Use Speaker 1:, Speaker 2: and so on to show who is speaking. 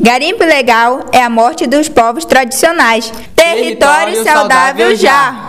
Speaker 1: Garimpo ilegal é a morte dos povos tradicionais. Território saudável já!